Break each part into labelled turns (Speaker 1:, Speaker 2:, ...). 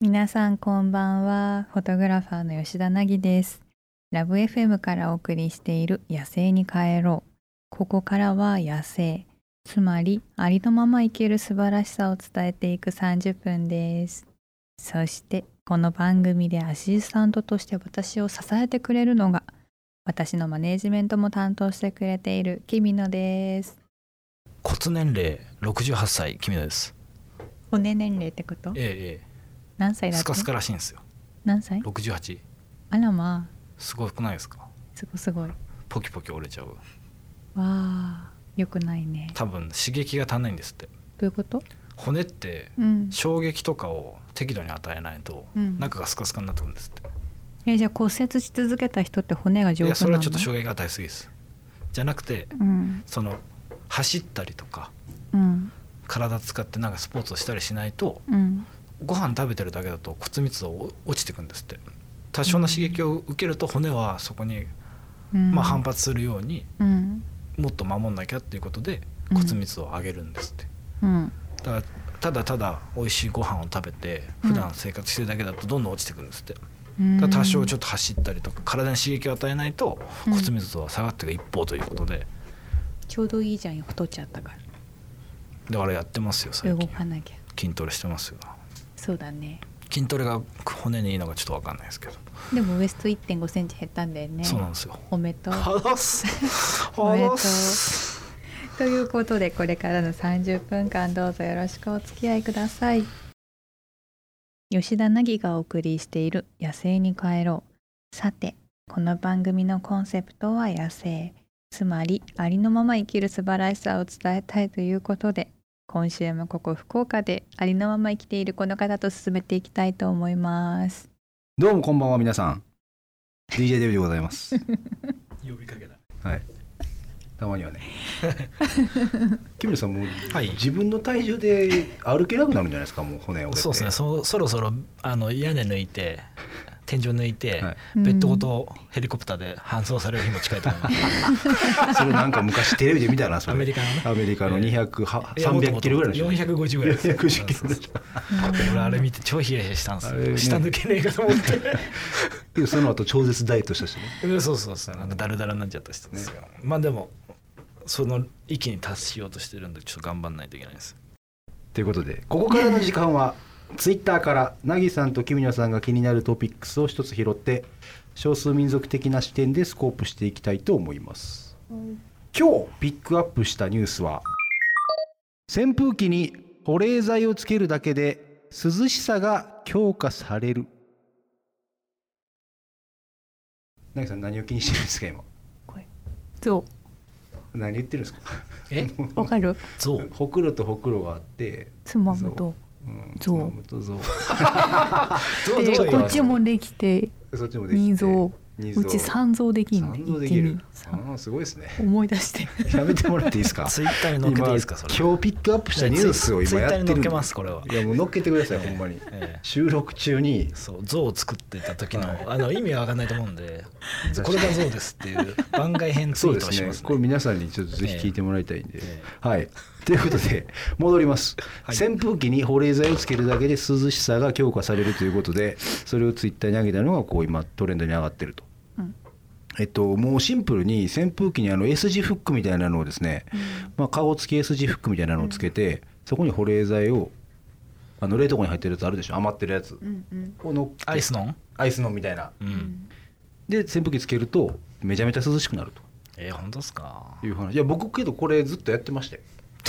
Speaker 1: 皆さんこんばんはフォトグラファーの吉田凪ですラブ FM からお送りしている野生に帰ろうここからは野生つまりありのまま生きる素晴らしさを伝えていく30分ですそしてこの番組でアシスタントとして私を支えてくれるのが私のマネージメントも担当してくれているキミノです
Speaker 2: 骨年齢68歳君です
Speaker 1: 骨年齢ってこと
Speaker 2: ええ
Speaker 1: 何歳
Speaker 2: ええ
Speaker 1: だっ
Speaker 2: ス
Speaker 1: け
Speaker 2: カスカらしいんですよ
Speaker 1: 何歳
Speaker 2: 68
Speaker 1: あらます
Speaker 2: ごくないですか
Speaker 1: あすごすごいわ
Speaker 2: ポキポキ折れちゃう
Speaker 1: あよくないね
Speaker 2: 多分刺激が足んないんですって
Speaker 1: どういうこと
Speaker 2: 骨って
Speaker 1: うん、
Speaker 2: 衝撃とかを適度に与えないと
Speaker 1: うん、
Speaker 2: 中がスカスカになってくるんですって
Speaker 1: えじゃあ骨折し続けた人って骨が丈夫な
Speaker 2: い
Speaker 1: の
Speaker 2: やそれはちょっと衝撃与えすぎですじゃなくて
Speaker 1: うん
Speaker 2: その走ったりとか
Speaker 1: うん
Speaker 2: 体使ってなんかスポーツをしたりしないと
Speaker 1: うん
Speaker 2: ご飯食べてるだけだと骨密度お落ちてくんですって多少の刺激を受けると骨はそこに
Speaker 1: うん
Speaker 2: まあ反発するように
Speaker 1: うん
Speaker 2: もっと守んなきゃっていうことで
Speaker 1: うん
Speaker 2: 骨密度を上げるんですって、
Speaker 1: うん
Speaker 2: だからただただ美味しいご飯を食べて
Speaker 1: うん
Speaker 2: 普段生活してるだけだとどんどん落ちてくるんですって、
Speaker 1: うん
Speaker 2: だから多少ちょっと走ったりとか体に刺激を与えないと
Speaker 1: うん
Speaker 2: 骨密度は下がっていく一方ということで
Speaker 1: ちょうどいいじゃんよ太っちゃったか
Speaker 2: だからやってますよ
Speaker 1: ら
Speaker 2: 最
Speaker 1: 動
Speaker 2: 近
Speaker 1: かなきゃ
Speaker 2: 筋トレしてますよ
Speaker 1: そうだね
Speaker 2: 筋トレが骨にいいのかちょっと分かんないですけど、
Speaker 1: でもウエスト1 5センチ減ったんだよね
Speaker 2: そうなんですよ
Speaker 1: おめでとう
Speaker 2: はだす
Speaker 1: おめでとう
Speaker 2: はだす
Speaker 1: ということでこれからの30分間どうぞよろしくお付き合いください吉田凪がお送りしている「野生に帰ろう」さてこの番組のコンセプトは「野生」つまりありのまま生きる素晴らしさを伝えたいということで今週もここ福岡でありのまま生きているこの方と進めていきたいと思います
Speaker 3: どうもこんばんは皆さん DJ デビューでございます
Speaker 2: 呼びかけだ
Speaker 3: はいたまにはね キムルさんもう、
Speaker 2: はい
Speaker 3: 自分の体重で歩けなくなるんじゃないですかもう骨折れて
Speaker 2: そうですねそそろそろあの屋根抜いて天井抜いて、
Speaker 3: はい
Speaker 2: ベッドごとヘリコプターで搬送される日も近いと思います。
Speaker 3: それなんか昔テレビで見たなそ れ
Speaker 2: アメリカのね
Speaker 3: アメリカの200は300キロぐらいでしょ
Speaker 2: 四百五十ぐらいです。
Speaker 3: 450キロでしょ
Speaker 2: 俺あれ見て超ヒヤヒヤしたんです
Speaker 3: あれ
Speaker 2: よ。
Speaker 3: ね
Speaker 2: 下抜けねえかと思 って。
Speaker 3: でその後超絶ダイエットしたしね
Speaker 2: うんそうそうそう。なんかダルダルになっちゃった人ですよ。まあでもその域に達しようとしてるんでちょっと頑張んないといけないです。
Speaker 3: ということでここからの時間はツイッターからなぎさんときみのさんが気になるトピックスを一つ拾って少数民族的な視点でスコープしていきたいと思います今日ピックアップしたニュースは扇風機に保冷剤をつけるだけで涼しさが強化されるなぎさん何を気にしてるんですか今
Speaker 1: そ
Speaker 3: 何言ってるんですか
Speaker 2: え？
Speaker 1: うわかる
Speaker 2: ゾウ。
Speaker 3: ほくろとほくろがあって
Speaker 1: つまむと
Speaker 3: うん
Speaker 1: 象
Speaker 3: つまむと象
Speaker 2: ゾ
Speaker 1: で
Speaker 2: ゾウ
Speaker 1: こ
Speaker 2: よ
Speaker 1: っちもできて
Speaker 3: そっちもできて
Speaker 1: 二蔵
Speaker 3: 二蔵
Speaker 1: うち三蔵できんね
Speaker 3: 三蔵できる
Speaker 1: 一。二三
Speaker 3: ああすご いですね。
Speaker 1: 思い出して
Speaker 3: やめてもらっていいですか。
Speaker 2: ツイッターに載っけていいですかそれ。
Speaker 3: 今日ピックアップしたニュースを今やってるんで。
Speaker 2: ツイッターに載っけますこれはい
Speaker 3: やもう載っけてくださいほんまに。
Speaker 2: ええ
Speaker 3: 収録中に
Speaker 2: そう象を作ってた時の、
Speaker 3: はい
Speaker 2: あの意味は分かんないと思うんでこれが象ですっていう番外編ツイ
Speaker 3: そ
Speaker 2: ー
Speaker 3: うで
Speaker 2: トを
Speaker 3: す
Speaker 2: し
Speaker 3: ね
Speaker 2: ますね
Speaker 3: これ皆さんにちょっとぜひ聞いてもらいたいんで、
Speaker 2: え
Speaker 3: はいということで戻ります、
Speaker 2: はい
Speaker 3: 扇風機に保冷剤をつけるだけで涼しさが強化されるということでそれをツイッターに上げたのがこう今トレンドに上がってると、
Speaker 1: うん
Speaker 3: えっともうシンプルに扇風機にあの S 字フックみたいなのをですね、まあ、顔付き S 字フックみたいなのをつけて、そこに保冷剤をあの冷凍庫に入ってるやつあるでしょ余ってるやつ
Speaker 1: うんうん
Speaker 3: をの
Speaker 2: アイスの
Speaker 3: アイスのみたいな
Speaker 2: うん、
Speaker 3: で扇風機つけるとめちゃめちゃ涼しくなる
Speaker 2: えー、本当ですか
Speaker 3: という話いや僕けどこれずっとやってましたよ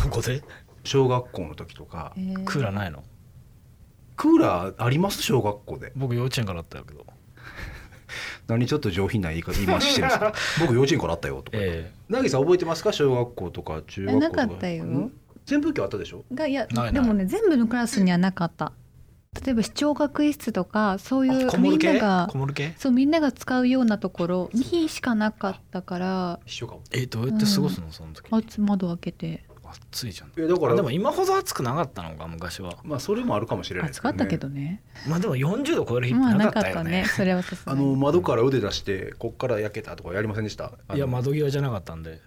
Speaker 2: どこで
Speaker 3: 小学校の時とか
Speaker 2: クーラー
Speaker 1: ー
Speaker 2: ないの
Speaker 3: クーラーあります小学校で
Speaker 2: 僕幼稚園からあったけど
Speaker 3: 何ちょっと上品な言い方言い回ししてる んですか僕幼稚園からあったよとか
Speaker 2: え
Speaker 3: なぎさん覚えてますか小学校とか中学校とか
Speaker 1: なかったよ
Speaker 3: ん扇風機あったでしょ
Speaker 1: がいや
Speaker 2: ないない
Speaker 1: でもね全部のクラスにはなかった例えば視聴覚室とかそう
Speaker 2: え
Speaker 1: い
Speaker 2: あこ
Speaker 1: う
Speaker 2: も
Speaker 1: み
Speaker 2: る
Speaker 1: んな
Speaker 2: 系
Speaker 1: が
Speaker 2: こもる系
Speaker 1: そうみんなが使うようなところにしかなかったから
Speaker 3: 一緒かも
Speaker 2: えー、どうやって過ごすのその時
Speaker 1: あ窓開けて
Speaker 2: 暑いじゃん
Speaker 3: いやだか
Speaker 2: あ
Speaker 3: ら
Speaker 2: でも今ほど暑くなかったのか昔は
Speaker 3: まあそれもあるかもしれないです
Speaker 1: 暑かったけどね
Speaker 2: まあでも40度超える日って
Speaker 1: まあ
Speaker 2: な
Speaker 1: な
Speaker 2: か
Speaker 1: か
Speaker 2: っ
Speaker 1: った
Speaker 2: よ
Speaker 1: た
Speaker 2: ね
Speaker 1: ねそれはさす
Speaker 3: あ
Speaker 1: が
Speaker 3: の
Speaker 1: に
Speaker 3: 窓から腕出してこっから焼けたとかやりませんでしたあの
Speaker 2: いや窓際じゃなかったんで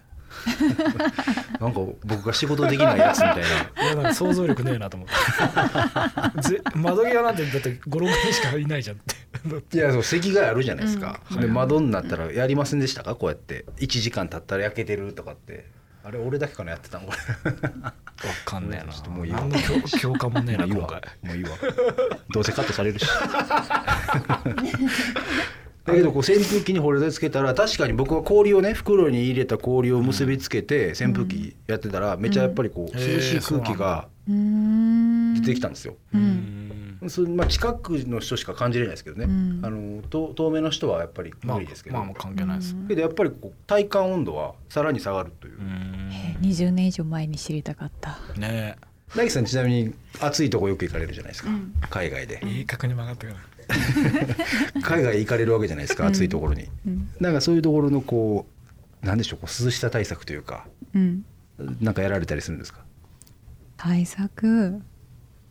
Speaker 3: なんか僕が仕事できないやつみ たいな
Speaker 2: いやなんか想像力ねえなと思 って。ぜ窓際なんてだって五六人しかいないじゃんって。
Speaker 3: いやそう席があるじゃないですか、
Speaker 2: うん
Speaker 3: で
Speaker 2: はい
Speaker 3: 窓になったらやりませんでしたかこうやって1時間経ったら焼けてるとかってあれ俺だけかなやってたのこれ
Speaker 2: わかんねえな。
Speaker 3: ちょっともういいわ
Speaker 2: 何の共共感もねえな
Speaker 3: もういい
Speaker 2: 今
Speaker 3: わ
Speaker 2: 回。
Speaker 3: もういいわ どうせカットされる しだけどこう扇風機に保冷剤つけたら確かに僕は氷をね袋に入れた氷を結びつけて扇風機やってたらめっちゃやっぱりこう
Speaker 2: うん
Speaker 3: 涼しい空気が
Speaker 1: うーん
Speaker 3: 出てきたんですよ。
Speaker 1: う
Speaker 2: うんん
Speaker 3: それまあ、近くの人しか感じれないですけどね、
Speaker 1: うん
Speaker 3: あのと遠目の人はやっぱり
Speaker 2: まあ
Speaker 3: 無理ですけど、
Speaker 2: まあもう関係ないです。
Speaker 3: けどやっぱりこう体感温度はさらに下がるという
Speaker 2: う。ん
Speaker 1: えー20年以上前に知りたかった
Speaker 2: ね
Speaker 3: 大樹さんちなみに暑いとこよく行かれるじゃないですか、
Speaker 4: うん
Speaker 3: 海外で
Speaker 2: え。いい角に曲がってから。
Speaker 3: 海外行かれるわけじゃないですか
Speaker 1: うん
Speaker 3: 暑いところに、
Speaker 1: うん
Speaker 3: なんかそういうところのこうなんでしょうこう涼しさ対策というか
Speaker 1: うん
Speaker 3: なんかやられたりするんですか
Speaker 1: 対策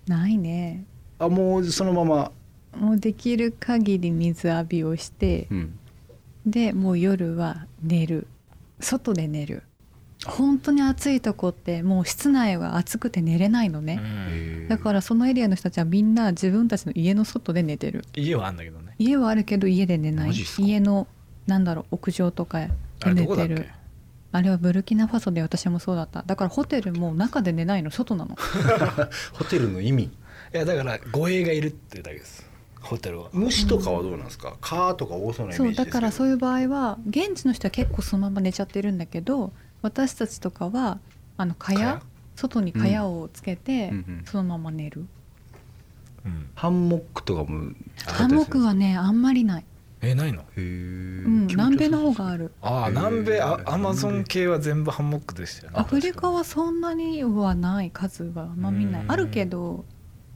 Speaker 1: ないね
Speaker 3: あもうそのまま、
Speaker 1: もうできる限り水浴びをして
Speaker 3: うん、
Speaker 1: でもう夜は寝る外で寝る本当に暑いとこってもう室内は暑くて寝れないのね、
Speaker 2: うん
Speaker 1: だかららそのエリアの人たちはみんな自分たちの家の外で寝てる
Speaker 2: 家はあんだけどね。
Speaker 1: 家はあるけど家で寝ない
Speaker 3: マジっすか
Speaker 1: 家のなんだろう屋上とかで
Speaker 2: あれど
Speaker 1: 寝
Speaker 2: こだ
Speaker 1: て
Speaker 2: っ
Speaker 1: る
Speaker 2: け？
Speaker 1: あれはブルキナファソで私もそうだっただからホテルも中で寝ないの外なの
Speaker 3: ホテルの意味
Speaker 2: いやだから護衛がいるっていうだけです。ホテルは。
Speaker 3: 虫とかはどうなんですか蚊とか多そうなイメ
Speaker 1: そ
Speaker 3: ー
Speaker 1: う
Speaker 3: ジです
Speaker 1: だ
Speaker 3: けど
Speaker 1: からそういう場合は現地の人は結構そのまま寝ちゃってるんだけど私たちとかはあの蚊
Speaker 2: 蚊
Speaker 1: 帳
Speaker 2: 帳
Speaker 1: 外に蚊帳をつけて、
Speaker 3: うんうん
Speaker 1: そのまま寝る
Speaker 2: うん。
Speaker 3: ハンモックとかも
Speaker 1: ハンモックはねあんまりない、
Speaker 2: えないの？
Speaker 3: へえ、
Speaker 1: うん、南米の方がある
Speaker 2: ああ
Speaker 3: へー
Speaker 2: 南米あ
Speaker 3: 南米
Speaker 2: アマゾン系は全部ハンモックでしたよね。
Speaker 1: アフリカはそんなにはない数はあんま見な
Speaker 2: う
Speaker 1: い
Speaker 2: ん
Speaker 1: あるけど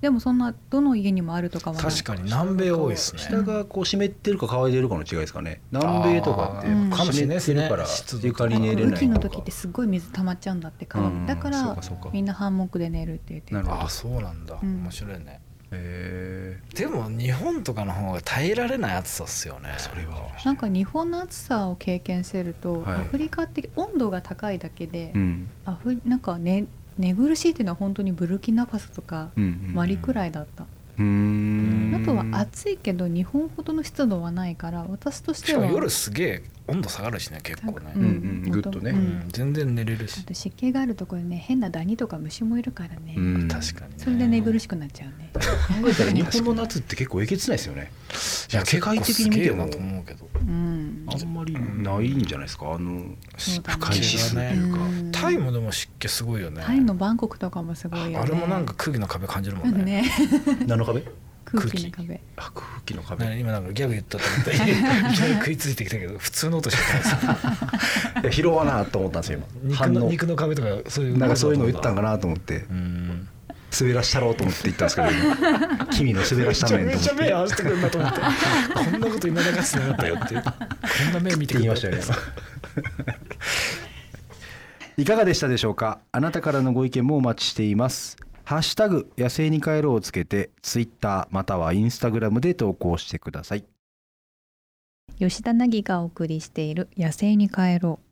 Speaker 1: でもそんなどの家にもあるとかはない
Speaker 2: 確かに南米多いですね。
Speaker 3: 下がこう湿ってるか乾いてるかの違いですかね南米とかって
Speaker 1: あー
Speaker 3: 湿ってるから
Speaker 2: 湿度とか
Speaker 3: 床に寝れ
Speaker 1: 雨
Speaker 3: ない
Speaker 1: 季の時ってすごい水溜まっちゃうんだって川に
Speaker 3: うん
Speaker 1: だか
Speaker 3: そう
Speaker 1: ら
Speaker 3: かそうか
Speaker 1: みんなハンモックで寝るって言って
Speaker 3: なるほど
Speaker 2: ああそうなんだ、
Speaker 1: うん
Speaker 2: 面白いね
Speaker 3: へえ
Speaker 2: でも日本とかの方が耐えられない暑さっすよね
Speaker 3: それは
Speaker 1: なんか日本の暑さを経験すると、
Speaker 3: はい
Speaker 1: アフリカって温度が高いだけで、
Speaker 3: うん
Speaker 1: アフリなんかね寝苦しいっていうのは本当にブルキナファソとか
Speaker 3: うんうん
Speaker 1: マリくらいだった、
Speaker 3: うーん
Speaker 1: あとは暑いけど日本ほどの湿度はないから私とし
Speaker 2: してかも
Speaker 1: は
Speaker 2: 夜すげえ温度下がるしね結構ね、
Speaker 1: う
Speaker 3: うんんうんぐっとね、
Speaker 2: う
Speaker 1: うんん
Speaker 2: 全然寝れるし
Speaker 1: あ、と湿気があるところにね変なダニとか虫もいるからね、
Speaker 3: うん
Speaker 2: 確かに、ね、
Speaker 1: それで寝苦し
Speaker 2: く
Speaker 1: くなっちゃうね
Speaker 3: 考えたら日本の夏って結構えげつないですよね
Speaker 2: いや結
Speaker 3: 世
Speaker 2: 構
Speaker 3: 界的
Speaker 2: す
Speaker 3: に見
Speaker 2: げえ
Speaker 3: ても
Speaker 2: なと思うけど
Speaker 1: うん
Speaker 3: あんまりないんじゃないですかあの
Speaker 1: そうだね
Speaker 3: 深い指数というか、
Speaker 1: うん
Speaker 2: タイもでも湿気すごいよね
Speaker 1: タイのバンコクとかもすごいよね
Speaker 2: あれもなんか空気の壁感じるも
Speaker 1: うん
Speaker 2: ね
Speaker 1: んね
Speaker 3: 何の壁
Speaker 1: 空気の壁
Speaker 3: あ空気の壁
Speaker 2: ね今なんかギャグ言ったと思って いきなり食いついてきたけど普通の音しかないです
Speaker 3: いや拾わなと思ったんですよ今
Speaker 2: 肉の肉の壁とかそういう
Speaker 3: なんかそういうの言ったんかなと思って
Speaker 2: うん
Speaker 3: 滑らしたろうと思って言ったんですけど今君の滑らした面と
Speaker 2: めちゃ
Speaker 3: 思っ
Speaker 2: めちゃ目
Speaker 3: て
Speaker 2: 合わせてくるなと思ってこんなこと今だかつながったよっていうこんな目見てく
Speaker 3: 言い
Speaker 2: る
Speaker 3: ましたよね今いかがでしたでしょうかあなたからのご意見もお待ちしていますハッシュタグ野生に帰ろうをつけてツイッターまたはインスタグラムで投稿してください
Speaker 1: 吉田凪がお送りしている「野生に帰ろう」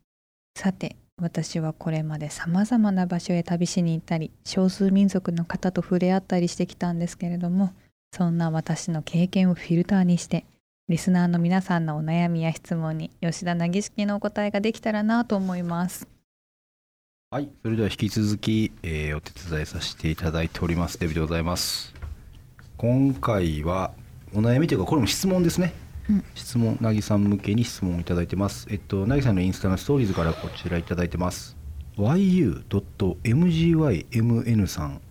Speaker 1: さて私はこれまでさまざまな場所へ旅しに行ったり少数民族の方と触れ合ったりしてきたんですけれどもそんな私の経験をフィルターにしてリスナーの皆さんのお悩みや質問に吉田凪式のお答えができたらなと思います。
Speaker 3: はいそれでは引き続き、えーお手伝いさせていただいておりますデビでございます今回はお悩みというかこれも質問ですね、
Speaker 1: うん
Speaker 3: 質問なぎさん向けに質問をいただいてますえっとなぎさんのインスタのストーリーズからこちらいただいてます yu.mgymn さん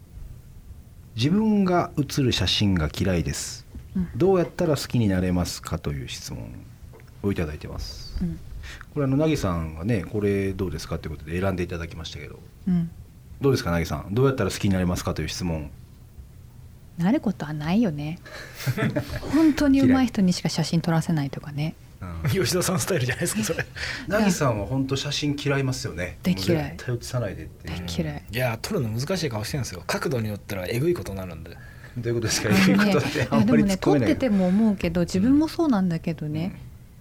Speaker 3: 自分が写る写真が嫌いです、
Speaker 1: うん
Speaker 3: どうやったら好きになれますかという質問をいただいてます、
Speaker 1: うん
Speaker 3: これあのなぎさんがねこれどうですかということで選んでいただきましたけど
Speaker 1: うん、
Speaker 3: どうですかなぎさんどうやったら好きになれますかという質問
Speaker 1: なることはないよね本当に上手い人にしか写真撮らせないとかね
Speaker 2: 吉田さんスタイルじゃないですかそれ
Speaker 3: なぎさんは本当写真嫌いますよね
Speaker 1: 大嫌い
Speaker 3: もう絶対写さないでって
Speaker 1: 大 嫌い
Speaker 2: いや撮るの難しい顔してるんですよ角度によったらえぐいことになるんで
Speaker 3: どういうことですか
Speaker 1: あ
Speaker 3: いう
Speaker 1: の
Speaker 3: こ
Speaker 1: ね
Speaker 3: とで
Speaker 1: い
Speaker 3: あ
Speaker 1: やで
Speaker 3: んま
Speaker 1: も
Speaker 3: り
Speaker 1: ね
Speaker 3: 突っ
Speaker 1: 撮
Speaker 3: 込
Speaker 1: っ
Speaker 3: めない
Speaker 1: てても思うけど自分もそうなんだけどね、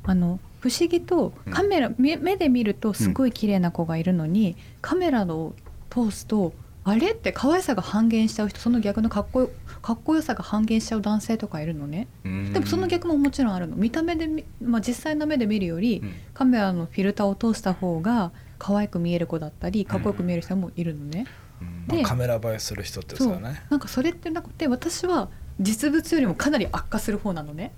Speaker 1: あの不思議と
Speaker 3: うん
Speaker 1: カメラ、目目で見るとすごい綺麗な子がいるのに、カメラを通すとあれって可愛さが半減しちゃう人その逆のかっこよかっこよさが半減しちゃう男性とかいるのねでもその逆ももちろんあるの見た目で見、まあ、実際の目で見るより
Speaker 3: うん
Speaker 1: カメラのフィルターを通した方が可愛く見える子だったりかっこよく見える人もいるのね。
Speaker 3: うん
Speaker 1: で
Speaker 2: カメラ映えする人ってそうだね
Speaker 1: なんかそれってなくて私は実物よりもかなり悪化する方なの ね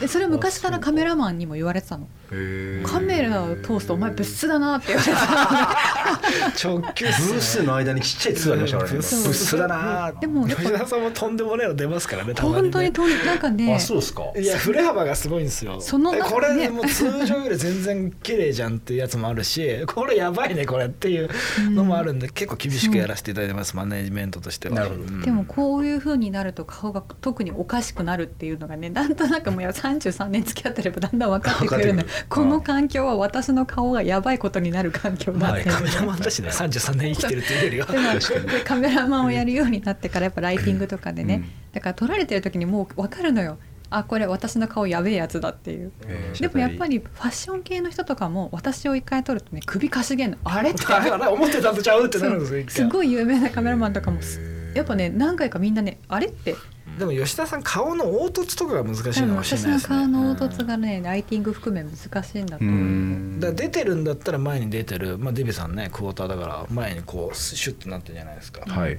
Speaker 1: でそれは昔からカメラマンにも言われてたの
Speaker 3: へー
Speaker 1: カメラを通すとお前物質だなって言われてた
Speaker 2: 直球
Speaker 3: ブースの間にちっちゃいツーありましたからね
Speaker 2: ブ
Speaker 1: そう
Speaker 2: ッスだな
Speaker 1: でもやっぱ
Speaker 2: 吉田さんもとんでもないの出ますからねたまに
Speaker 1: 本
Speaker 2: ね
Speaker 1: 当にとなんか
Speaker 3: 今
Speaker 1: ね
Speaker 3: あそうですか
Speaker 2: いや振れ幅がすごいんですよ
Speaker 1: その中で
Speaker 2: これねもう通常より全然綺麗じゃんっていうやつもあるし これやばいねこれっていうのもあるんで、結構厳しくやらせていただいてますマネジメントとしては
Speaker 3: なるほど
Speaker 2: うん
Speaker 1: でもこういう風になると顔が特におかしくなるっていうのがねだんだんなんかもう33年付き合ってればだんだん分かってくれ るの
Speaker 3: 分かってくる
Speaker 1: この環境は私の顔がやばいことになる環境
Speaker 2: ま
Speaker 1: だ
Speaker 2: あ
Speaker 1: って、
Speaker 2: カメラマンだしね33年生きてるっていうよりは
Speaker 1: で も
Speaker 3: 確かに
Speaker 1: でカメラマンをやるようになってからやっぱライティングとかでね、
Speaker 3: うん
Speaker 1: だから撮られてる時にもう分かるのよあこれ私の顔やべえやつだっていう
Speaker 3: へー
Speaker 1: でもやっぱりファッション系の人とかも私を一回撮るとね首かしげんのあれって
Speaker 2: だから思ってたんとちゃうってなるんですよ一
Speaker 1: す
Speaker 2: 回
Speaker 1: ごい有名なカメラマンとかもす
Speaker 3: へー
Speaker 1: やっぱね何回かみんなねあれって
Speaker 2: でも吉田さん顔の凹凸とかが難しい
Speaker 1: 多
Speaker 2: の
Speaker 1: 分
Speaker 2: かもしれ
Speaker 1: 私
Speaker 2: ないで
Speaker 1: の
Speaker 2: すね
Speaker 1: 顔の凹
Speaker 2: う
Speaker 1: 凸
Speaker 2: ん
Speaker 1: がねライティング含め難しいんだと
Speaker 3: う
Speaker 1: 思う、
Speaker 3: ん
Speaker 2: だから出てるんだったら前に出てる、まあ、デビさんねクォーターだから前にこうシュッとなってるじゃないですか、
Speaker 3: はい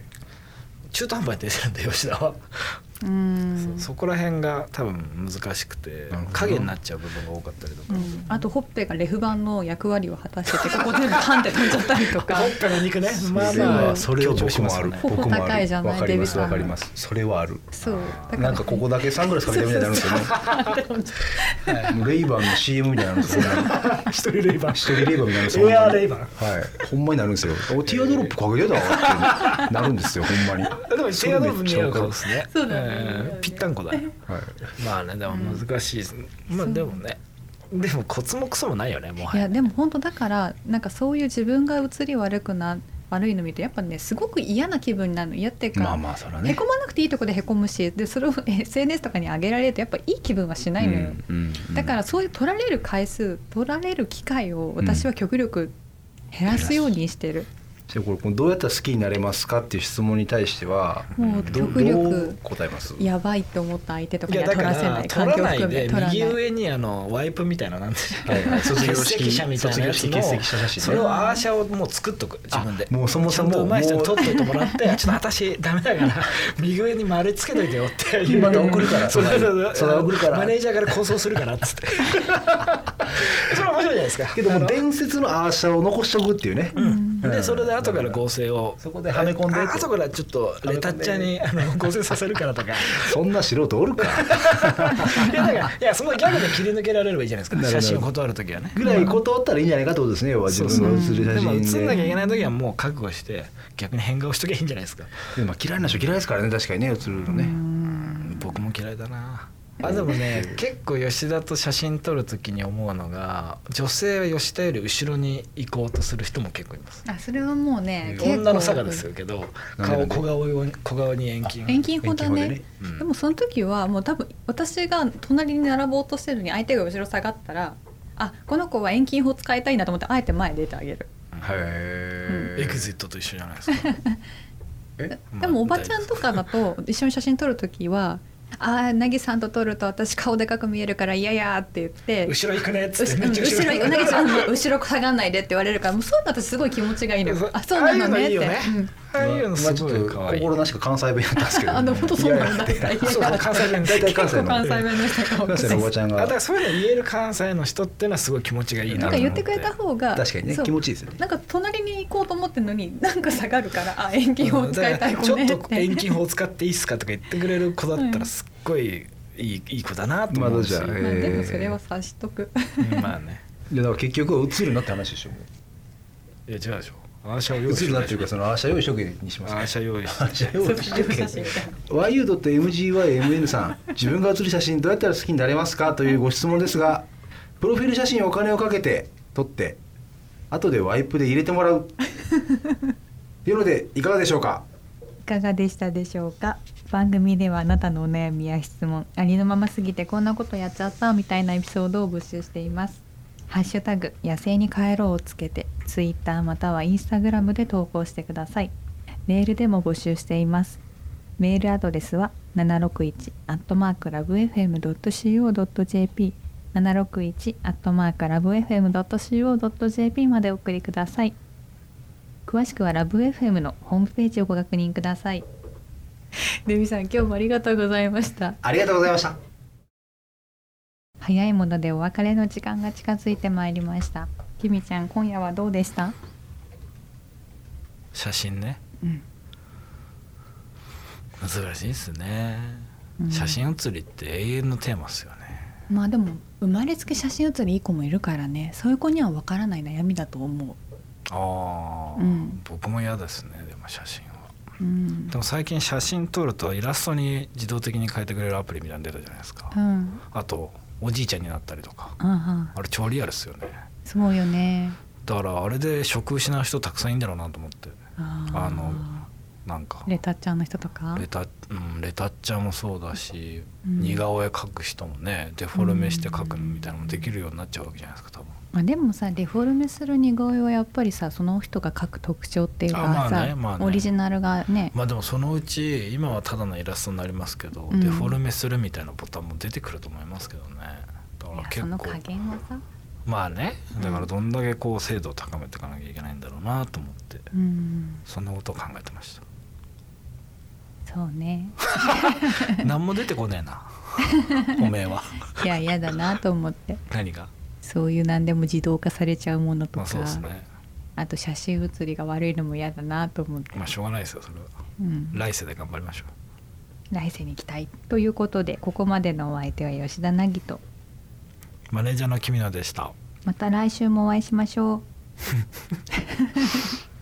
Speaker 2: 中途半端に出てるんで吉田は、
Speaker 1: うーん
Speaker 2: そうそこら辺が多分難しくて
Speaker 3: なるほど
Speaker 2: 影になっちゃう部分が多かったりと
Speaker 1: う
Speaker 2: か、
Speaker 1: んあとほっぺがレフ板の役割を果たしててここでパンって飛んじゃったりとか
Speaker 2: ほっぺの肉ねまあ
Speaker 3: それ
Speaker 2: ま
Speaker 3: は
Speaker 2: あ
Speaker 3: それは
Speaker 2: 強調し
Speaker 3: 僕
Speaker 2: ます
Speaker 3: もあ
Speaker 2: よ
Speaker 3: る
Speaker 2: ね
Speaker 1: 僕もある
Speaker 3: 僕
Speaker 1: こ
Speaker 3: も
Speaker 1: こ
Speaker 3: あ
Speaker 1: 高いじゃ
Speaker 3: る
Speaker 1: ない
Speaker 3: わか
Speaker 1: デ
Speaker 3: ります
Speaker 1: ビさん
Speaker 3: わかりますそれはある
Speaker 1: そうだ
Speaker 3: なんかここだけサングラスかけたみたいになるんですよ ねもうレイバンの CM みたいになるんですよね
Speaker 2: 一人レイバン
Speaker 3: 一人レイバンみたいにな るんですよ
Speaker 2: エアー
Speaker 3: ほんまに
Speaker 2: レイバン
Speaker 3: はいほんまになるんですよおティアドロップかけてたわってなるんですよほんまに
Speaker 2: でもシェアドーム似合う顔ですね
Speaker 1: そうだね
Speaker 2: んぴったんこだね
Speaker 3: はい
Speaker 2: まあねでも難しいです、まあでもねでもコツもクソもないよねもはいや
Speaker 1: やでも本当だからなんかそういう自分が映り悪くな悪いの見るとやっぱねすごく嫌な気分になるの嫌っていうか、
Speaker 3: まあまあそれは
Speaker 1: へ
Speaker 3: ね
Speaker 1: こまなくていいとこでへこむしでそれを SNS とかに上げられるとやっぱいい気分はしないのよ、
Speaker 3: うんうんうん
Speaker 1: だからそういう取られる回数取られる機会を私は極力減らすようにしてる、
Speaker 3: じゃあこれこれどうやったら好きになれますかっていう質問に対しては
Speaker 1: もう
Speaker 3: ど
Speaker 1: 極力
Speaker 3: どう答えます
Speaker 1: やばいって思った相手とかには
Speaker 2: だ
Speaker 1: 取
Speaker 2: から
Speaker 1: せない
Speaker 2: ら取
Speaker 1: 環
Speaker 2: ら
Speaker 1: 境
Speaker 2: ない
Speaker 1: 含め
Speaker 2: で
Speaker 1: 取らない
Speaker 2: 右上にあのワイプみたいななんていうの
Speaker 3: はいはい卒業式
Speaker 2: 欠席者みたいなやつの
Speaker 3: 卒業式欠席者写真ね
Speaker 2: それをアーシャをもう作っとく自分で
Speaker 3: あもうそもそも
Speaker 2: ちゃんと上手い人に
Speaker 3: もう
Speaker 2: 撮っといてもらってちょっと私ダメだから 右上に丸つけといてよって言う
Speaker 3: また送るから
Speaker 2: そうそうそう
Speaker 3: それ送るから
Speaker 2: マネージャーから構想するからっ つってそれ面白いじゃないですか
Speaker 3: けどもう伝説のアーシャを残しとくっていうね、う
Speaker 2: で
Speaker 3: ん
Speaker 2: それで後から合成を
Speaker 3: そこではめ込んで
Speaker 2: あ後からちょっとレタッチャーにあの合成させるからとか
Speaker 3: そんな素人おるか
Speaker 2: い やだからいやそのギャグで切り抜けられればいいじゃないですか
Speaker 3: なるほ
Speaker 2: 写真
Speaker 3: ど
Speaker 2: を断る時はね
Speaker 3: ぐらい断ったらいいんじゃないかってことですね要は自分の写る
Speaker 2: で
Speaker 3: 写
Speaker 2: も
Speaker 3: 真
Speaker 2: 映んなきゃいけない
Speaker 3: で
Speaker 2: 時はもう覚悟して逆に変顔しときゃいいんじゃないですか
Speaker 3: もまあ嫌いな人嫌いですからね確かにね写るのね、
Speaker 2: 僕も嫌いだなあでもね結構吉田と写真撮る時に思うのが女性は吉田より後ろに行こうとする人も結構います
Speaker 1: あそれはもうね結構
Speaker 2: 女の差がですよけど
Speaker 3: なんで
Speaker 2: 顔
Speaker 3: なんで
Speaker 2: 小顔を小顔に遠近
Speaker 1: 遠近法だね
Speaker 3: 遠近
Speaker 2: 法でねうん
Speaker 1: でもその時はもう多分私が隣に並ぼうとしてるのに相手が後ろ下がったらあこの子は遠近法使いたいんだと思ってあえて前に出てあげる
Speaker 3: へ
Speaker 2: エグゼットと一緒じゃないですか
Speaker 3: え
Speaker 1: でもおばちゃんとかだと一緒に写真撮る時は「ああぎさんと撮ると私顔でかく見えるから嫌や」って言って
Speaker 2: 後ろ行くねっつって
Speaker 1: 後ろ
Speaker 2: めっちゃ
Speaker 1: 後ろ
Speaker 2: 行く
Speaker 1: なぎ さんの 後ろ下がんないでって言われるからもうそういうの私すごい気持ちがいいのよあそうなのねってうん
Speaker 2: ああいうのすごい可愛い
Speaker 3: 心なしか関西弁やったんですけど、
Speaker 1: あの本当そうなんだ
Speaker 3: いやいや
Speaker 1: いや
Speaker 2: そうそう関西弁
Speaker 3: 大体関
Speaker 1: 結
Speaker 3: 西
Speaker 1: 構
Speaker 3: の
Speaker 1: 関西弁の人が多い
Speaker 3: 関西のおばちゃん
Speaker 2: あだか
Speaker 3: が
Speaker 2: らそういうの言える関西の人っていうのはすごい気持ちがいい
Speaker 1: な
Speaker 2: なんと
Speaker 1: か
Speaker 2: 思
Speaker 1: 言ってくれた方が
Speaker 3: 確かにね
Speaker 1: そう
Speaker 3: 気持ちいいですよね
Speaker 1: なんか隣に行こうと思ってるのになんか下がるからあ遠近法使いたい
Speaker 2: ち
Speaker 1: 子
Speaker 2: ょ
Speaker 1: ね
Speaker 2: っ
Speaker 1: っ
Speaker 2: と遠
Speaker 1: て
Speaker 2: 近法使っていいっすかとか言ってくれる子だったらすっごいいいいい子だなと思うし、
Speaker 3: まだじゃ
Speaker 1: まあでもそれは察しとく
Speaker 2: うんまあね
Speaker 3: いやだから結局は映るなって話でしょ
Speaker 2: いや違うでしょアーシャを用意
Speaker 3: 映るなっていうか
Speaker 2: か
Speaker 3: そのアーシャ用意しとけにします
Speaker 2: アーシャ用意して
Speaker 3: アーシャ用意しとけ
Speaker 1: 写真みたいな
Speaker 3: YU.MGYMN さん自分が写る写真どうやったら好きになれますかというご質問ですがプロフィール写真をお金をかけて撮って後でワイプで入れてもらうというのでいかがでしょうか
Speaker 1: かがでしたでしょうか番組ではあなたのお悩みや質問ありのまますぎてこんなことやっちゃったみたいなエピソードを募集していますハッシュタグ野生に帰ろうをつけてツイッターまたはインスタグラムで投稿してくださいメールでも募集しています メールアドレスは761アットマークラブ FM.co.jp 761アットマークラブ FM.co.jp までお送りください詳しくはラブ FM のホームページをご確認くださいデビさん今日もありがとうございました
Speaker 3: ありがとうございました
Speaker 1: 早いものでお別れの時間が近づいてまいりましたきみちゃん今夜はどうでした
Speaker 2: 写真ね
Speaker 1: うん、
Speaker 2: 難しいですね、写真写りって永遠のテーマですよね
Speaker 1: まあでも生まれつき写真写りいい子もいるからねそういう子にはわからない悩みだと思
Speaker 2: ああ、
Speaker 1: うん
Speaker 2: 僕も嫌ですねでも写真は
Speaker 1: ううん
Speaker 2: でも最近写真撮るとイラストに自動的に変えてくれるアプリみたいなの出たじゃないですか、
Speaker 1: うん
Speaker 2: あとおじいちゃんになったりとか
Speaker 1: ああ
Speaker 2: あれ超リアルですよね
Speaker 1: すごいよね
Speaker 2: だからあれで職失う人たくさんいるんだろうなと思って
Speaker 1: ああ
Speaker 2: あのなんか
Speaker 1: レタッチャーの人とか
Speaker 2: レタ,、うん、レタッチャーもそうだし、
Speaker 1: うん
Speaker 2: 似顔絵描く人もねデフォルメして描くのみたいなのもできるようになっちゃうわけじゃないですか多分
Speaker 1: まあでもさデフォルメする似顔絵はやっぱりさその人が描く特徴っていうか
Speaker 2: あまあ
Speaker 1: さ、
Speaker 2: ねまあね
Speaker 1: オリジナルがね、
Speaker 2: まあでもそのうち今はただのイラストになりますけど、
Speaker 1: うん
Speaker 2: デフォルメするみたいなボタンも出てくると思いますけどねだか
Speaker 1: い
Speaker 2: ら
Speaker 1: や
Speaker 2: 結
Speaker 1: その
Speaker 2: 構
Speaker 1: 加減はさ、
Speaker 2: まあね
Speaker 1: うん
Speaker 2: だからどんだけこう精度を高めていかなきゃいけないんだろうなと思って
Speaker 1: うん、
Speaker 2: そんなことを考えてました
Speaker 1: そうね
Speaker 2: 何も出てこねえなおめえはい
Speaker 1: や嫌だなと思って
Speaker 2: 何が
Speaker 1: そういう何でも自動化されちゃうものと
Speaker 2: まあ
Speaker 1: か、
Speaker 2: そうですね
Speaker 1: あと写真写りが悪いのも嫌だなと思って、
Speaker 2: まあしょうがないですよそれは
Speaker 1: うん、
Speaker 2: 来世で頑張りましょ
Speaker 1: 来世に行きたいということでここまでのお相手は吉田凪と
Speaker 2: うマネージャーの君野でした
Speaker 1: また来週もお会いしましょう。